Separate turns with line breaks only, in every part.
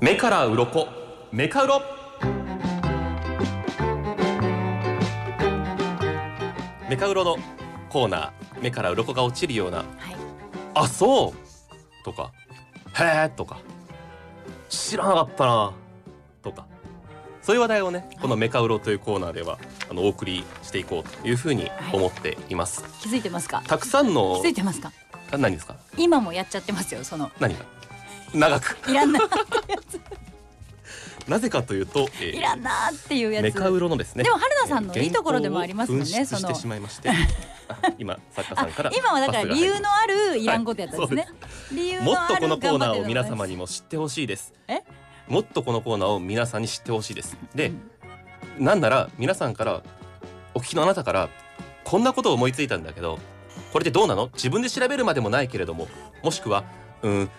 目から鱗メカウロメカウロのコーナー目から鱗が落ちるような
はい。
「あそう!」とか「へえ!」とか「知らなかったな」とかそういう話題をねこの「メカウロ」というコーナーではあのお送りしていこうというふうに思っています。
気づいてますか。
たくさん
気
の
づいてますか。
あ何ですか
今もやっちゃってますよ。その
何が長く
いらんな
なぜかというと、えー
いらんなっていうやつ。
メカウロのですね
でも春菜さんのいいところでもありますもんね
原稿を紛失してしまいましてあ今作家さんから
今はだから
パスが
理
入り
由のあるいらんことやったんですね。
はい
理由
も
の
っと
ある
このコーナーを皆
頑張
様
って
にも知ってほしいです
え
もっとこのコーナーを皆さんに知ってほしいですで
ん、
なんなら皆さんからお聞きのあなたからこんなことを思いついたんだけどこれってどうなの自分で調べるまでもないけれどももしくはうん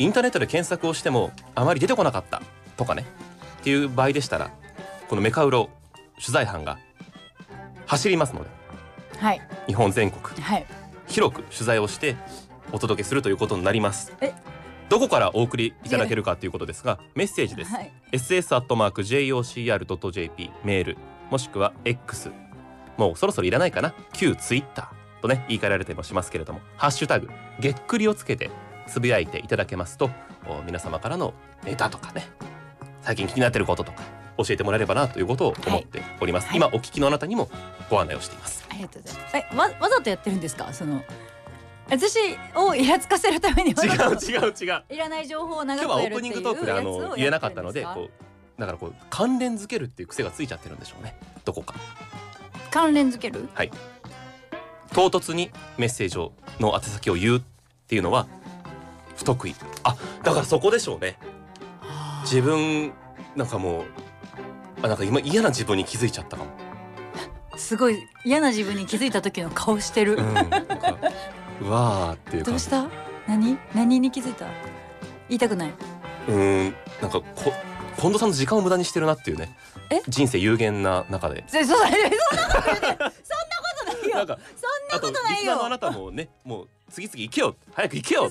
インターネットで検索をしてもあまり出てこなかったとかねっていう場合でしたらこのメカウロ取材班が走りますので
頑張ってくだ
日本全国
さいはいはい。
広く取材をしてお届けするということになります
え
どこからお送りいただけるかということですがメッセージです、
はい
ss.jocr.jp メールもしくは X もうそろそろいらないかな旧 Twitter とね言い換えられたりもしますけれどもハッシュタグげっくりをつけてつぶやいていただけますとお皆様からのネタとかね最近気になってることとか教えてもらえればなということを思っております、
はい
今お聞きのあなたにもご案内をしてい ます
ありがとうございます。えわわざとやってるんですか。その私をイラつかせるためにわ
違う
ざと
違う違う
いらない情報を
今
長
日
く
はオ
や
ー
るっ
プニ
てい
ング
う
トークであの言えなかったので
やってるん
こ
す
うだからこう関連づけるっていう癖がついちゃってるんでしょうねどこか
か関連づける
はい唐突にメッセージをの宛先を言うっていうのは不得意あだからそこでしょうね自分なんかもうあなんか今嫌な自分に気づいちゃったかも、
すごい嫌な自分に気づいた時の顔してる、
うん、なんかうわーっていうか
どうした何何に気づいた言いたくないう
ーんなんかこ近藤さんの時間を無駄にしてるなっていうね
え
人生有限な中で
そそ そんなことない
なんか
よそんなことない
あとリスナーのあ
よ
なたもねもう次々行けよ早く行けよ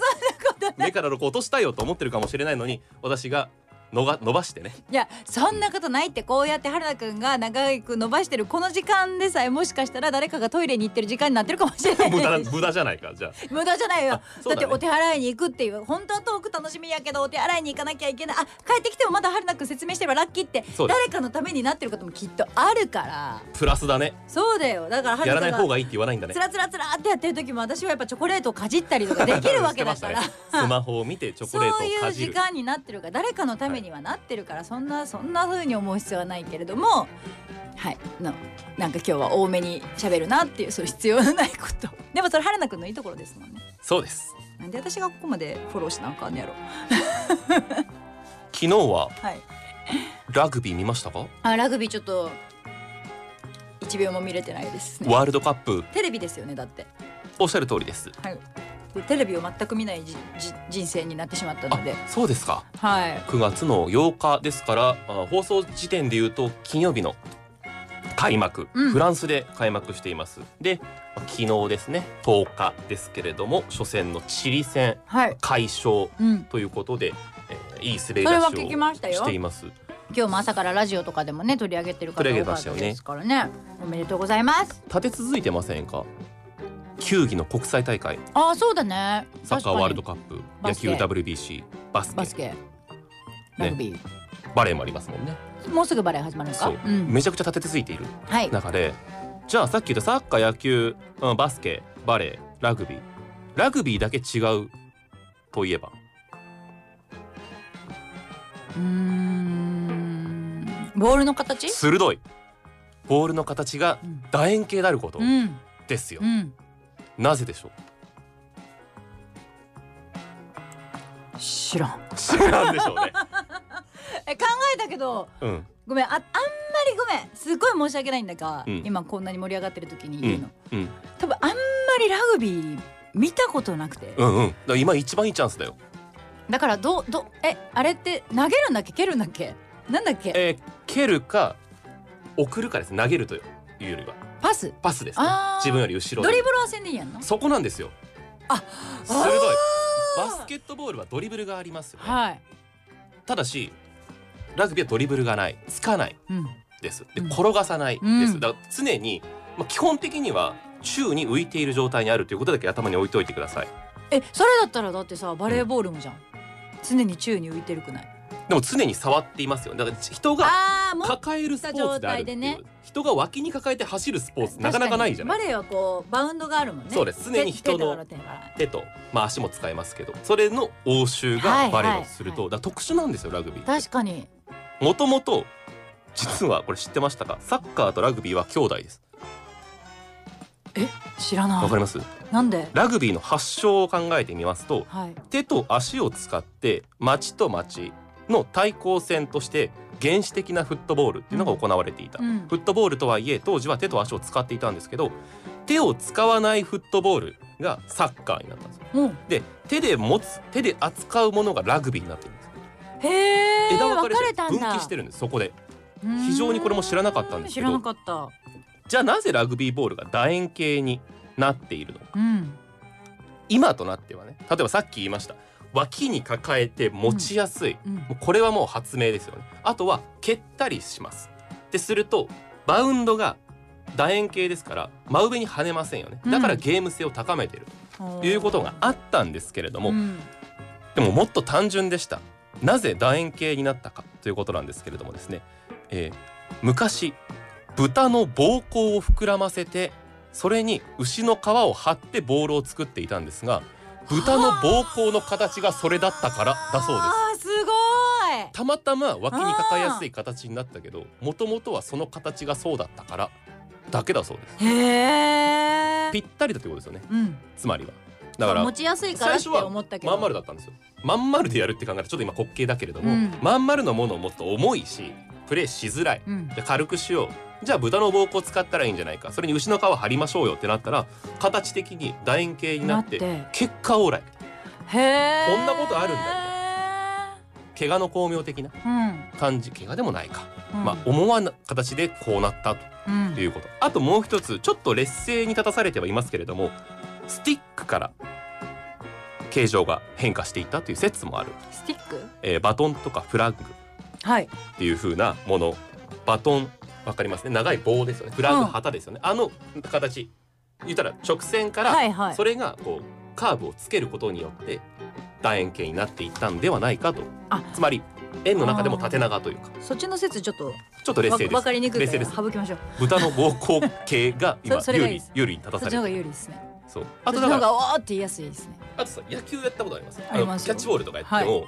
目から鱗落としたいよと思ってるかもしれないのに私がのが伸ばして ね
いやそんなことないってこうやって原田くんが長く伸ばしてるこの時間でさえもしかしたら誰かがトイレに行ってる時間になってるかもしれない
無駄な無駄じゃないかじゃあ
無駄じゃないよ
あそう
だっ
だ
て
ね
お手洗いに行くっていう本当はトーク楽しみやけどお手洗いに行かなきゃいけないあ帰ってきてもまだ春菜くん説明してればラッキーって
そうです
誰かのためになってることもきっとあるから
プラスだね
そうだよだから
や
春
らな
菜
い
さん
方
が
がいいって言わないんだね
つらつらつらってやってる時も私はやっぱチョコレートをかじったりとかできるわけだから
知ってましたねスマホを見てチョコ
そう
レートを
い
か
う
じる
時間になってるから誰かのためにはなってるからそんなそんな風に思う必要はないけれどもはいのなんか今日は多めに喋るなっていうそういう必要のないこと でもそれ春菜くんのいいところですもんね
そうです
なんで私がここまでフォローしなあかんねやろ
昨日は
はい
ラグビー見ましたか
あラグビーちょっと一秒も見れてないですね
ワールドカップ
テレビですよねだって
おっしゃる通りです
はいでテレビを全く見ないじじ人生になってしまった
あ
ので
そうですか
はい
9月の8日ですからあ放送時点で言うと金曜日の開幕、
うん
フランスで開幕していますで昨日ですね10日ですけれども初戦のチリ戦
はい
快勝
うん
ということで、えーいい滑り
それは
出し
聞き
を
ましたよ
しています
今日も朝からラジオとかでもね取り上げてる方
取り上
多
げ
か
ま
っ
した
た
よね
ですからねおめでとうございます
立て続いてませんか球技の国際大会
ああそうだね
サッカーワールド
確
カップ
バ
野
スケ
球 WBC バスケ
かにバスケラグビー、
バレーもありますもんね
もうすぐバレー始まるのか
そう、
ん、
めちゃくちゃ立て続いている
はい
中でじゃあさっき言ったサッカー野球、うん、バスケバレーラグビーラグビーだけ違うといえば
うーんボールの形
鋭いボールの形が
うん
楕円形であること
うん
ですよ
う、ん
なぜでしょ
知らん
う知らんでしょう ね、
え考えたけど
うん、
ごめんああんまりごめんすごい申し訳ないんだが、
うん
今こんなに盛り上がってる時に言うの、
うん
多分あんまりラグビー見たことなくて、
うんうんだから今一番いいチャンスだよ
だからどうどうえあれって投げるんだっけ蹴るんだっけなんだっけ
えー蹴るか送るかです投げるというよりは
パス
パスですね
あー
自分より後ろに
ドリブルはせんでいいやんの
そこなんですよ
あ
鋭いバスケットボールはドリブルがありますよね
はい
ただしラグビーはドリブルがないつかない
うん
ですで
うん
転がさないです、
うん
だから常に、まあ、基本的には宙に浮いている状態にあるということだけ頭に置いておいてください
えそれだったらだってさバレーボールもじゃん常に宙に浮いてるくない
でも常に触っていますよだから人が
あーもう
抱えるスポーツであるっていう、
持った状態で
人が脇に抱えて走るスポーツなかなかないじゃない
確かにバレーはこうバウンドがあるもんね
そうです常に人の
手手だから手だから
手と、まあ、足も使いますけどそれの応酬がバレーをすると、
はい
だから特殊なんですよラグビー
確かに
もともと実はこれ知ってましたかサッカーとラグビーは兄弟です
知らな
わ
い
かります
なんで
ラグビーの発祥を考えてみますと
はい
手と足を使って町と町の対抗戦として原始的なフットボールっていうのが行われていた、
うん
フットボールとはいえ当時は手と足を使っていたんですけど手を使わないフットボールがサッカーになったんですよ
うん
で手で持つ手で扱うものがラグビーになってるんです
へえ
枝分
分
かれ
かれ
て
た
分
んだ
岐してるんですそこで
うーん
非常にこれも知らなかったんですけど
知らなかった
じゃあなぜラグビーボールが楕円形になっているのか
うん
今となってはね例えばさっき言いました脇に抱えて持ちやすい、
うん
もうこれはもう発明ですよねあとは蹴ったりしますでするとバウンドが楕円形ですから真上に跳ねませんよねだから
うん
ゲーム性を高めているということがあったんですけれども、
うん
でももっと単純でしたなぜ楕円形になったかということなんですけれどもですね、えー昔豚の膀胱を膨らませてそれに牛の皮を張ってボールを作っていたんですが豚の膀胱の形がそれだったからだそうです
あーすごい
たまたま脇に抱えやすい形になったけどもともとはその形がそうだったからだけだそうです
へえ。
ぴったりだということですよね
うん。
つまりはだか
持
ら
ちやすいからって思ったけど。
まん丸だったんですよまん丸でやるって考えたらちょっと今滑稽だけれども、
うん
まん丸のものをもっと重いしプレイしづらい
うん。
で軽くしようじゃあ豚の膀胱使ったらいいんじゃないかそれに牛の皮張りましょうよってなったら形的に楕円形になって
なって
結果オーライ
へえ。
こんなことあるん怪我の巧妙的な
うん。
感じ怪我でもないか、
うん。
まあ思わぬ形でこうなったと
うん
ということあともう一つちょっと劣勢に立たされてはいますけれどもスティックから形状が変化していったという説もある、
スティック。
えーバトンとかフラッグ
はい。
っていう風なものバトンわかりますね長い棒ですよねフラッグ
うん
旗ですよね、あの形言ったら直線から、
はいはい。
それがこうカーブをつけることによって楕円形になっていったんではないかと
あ
つまり円の中でも縦長というか
そっちの説ちょっと
ちょっと劣勢
わ
で
わ
す
かりにくい
劣勢で
から
す
省きましょう。
豚の膀胱系が今
そそれ
有
がいい
利
です
有利に立た
そ
さ
っちの方
れて
が有利ですね。
そうあ
あ
と
と
だか
の方
ら
がおーって言いやすいですね。
あとさ野球やったことあります
あります
キャ
よ
ッチボールとかやっても、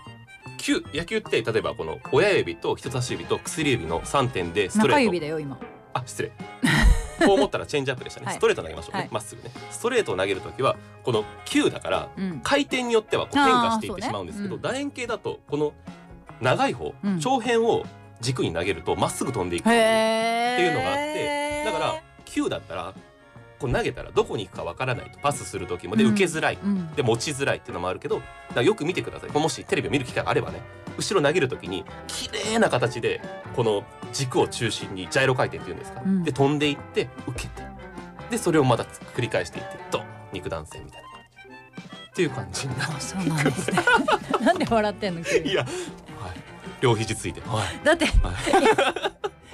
きゅ野球って例えばこの親指と人差し指と薬指の3点でストレート
中指だよ今。
あ失礼 こう思ったらチェンジアップでしたね、
はい
ストレート投げましょうね
はい
ま、っすぐねストレートを投げるときはこの球だから
うん。
回転によってはこう変化していっ
あーそう
て
ね
しまうんですけど、
うん
楕円形だとこの長い方、
うん
長辺を軸に投げるとまっすぐ飛んでいく
へ
だ
え。
っていうのがあってから。球だったらこう投げたらどこに行くかわからないとパスする時もで
うん
受けづらい、
うん。
で持ちづらいっていうのもあるけどだからよく見てくださいこれもしテレビを見る機会があればね後ろ投げる時に綺麗な形でこの軸を中心にジャイロ回転っていうんですか、
うん
で飛んでいって受けてでそれをまた繰り返していってドン肉弾戦みたいな感じっていう感じになる
あそうなんですね。 なんで笑ってんの急に
いや、はい、両肘ついてはい
だって、
は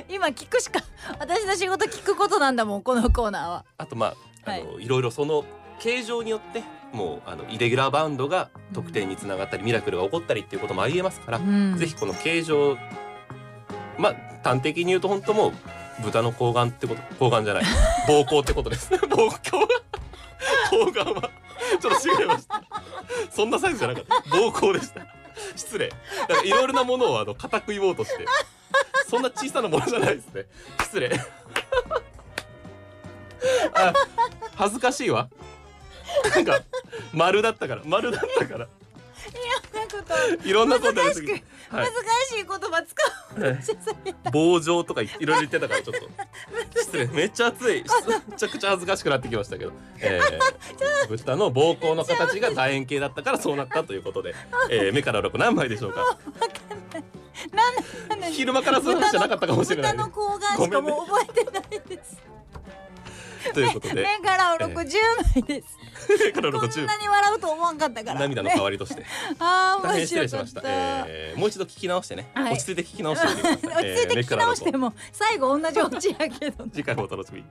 今聞くしか私の仕事聞くことなんだもんこのコーナーは。
あとまああの、い、ろいろその形状によってもうあのイレギュラーバウンドが得点につながったり、ミラクルが起こったりっていうこともありえますから、
うん
ぜひこの形状まあ端的に言うと本当もう豚の睾丸ってこと睾丸じゃ ない膀胱ってことです膀胱は睾丸はちょっと違いましたそんなサイズじゃなかった膀胱でした失礼なんかいろいろなものをあの固く言おうとしてそんな小さなものじゃないですね失礼あ恥ずかしいわなんか丸だったから丸だったから
そんなこと
いろんなことやりすぎ
難し難しい言葉使う
はい棒状とかいろいろ言ってたからちょっと 失礼めっちゃ熱いめちゃくちゃ恥ずかしくなってきましたけど、えー、豚の膀胱の形が楕円形だったからそうなったということで、 えー、目から鱗何枚でしょうか
なんで
昼間からそういう話じゃなかったかもしれない、ね
豚、の睾丸しかもう覚えてないです。
ということで
目から鱗十枚です。
からの
こ
途中
んなに笑うと思わんかったから
涙の代わりとして
ああ
大
面
変失
白
礼
か
しまし
ったた、
えーもう一度聞き直してね、
はい
落ち着いて聞き直してみてください
落ち着いて聞き直しても最後同じオチやけどね
次回もお楽しみに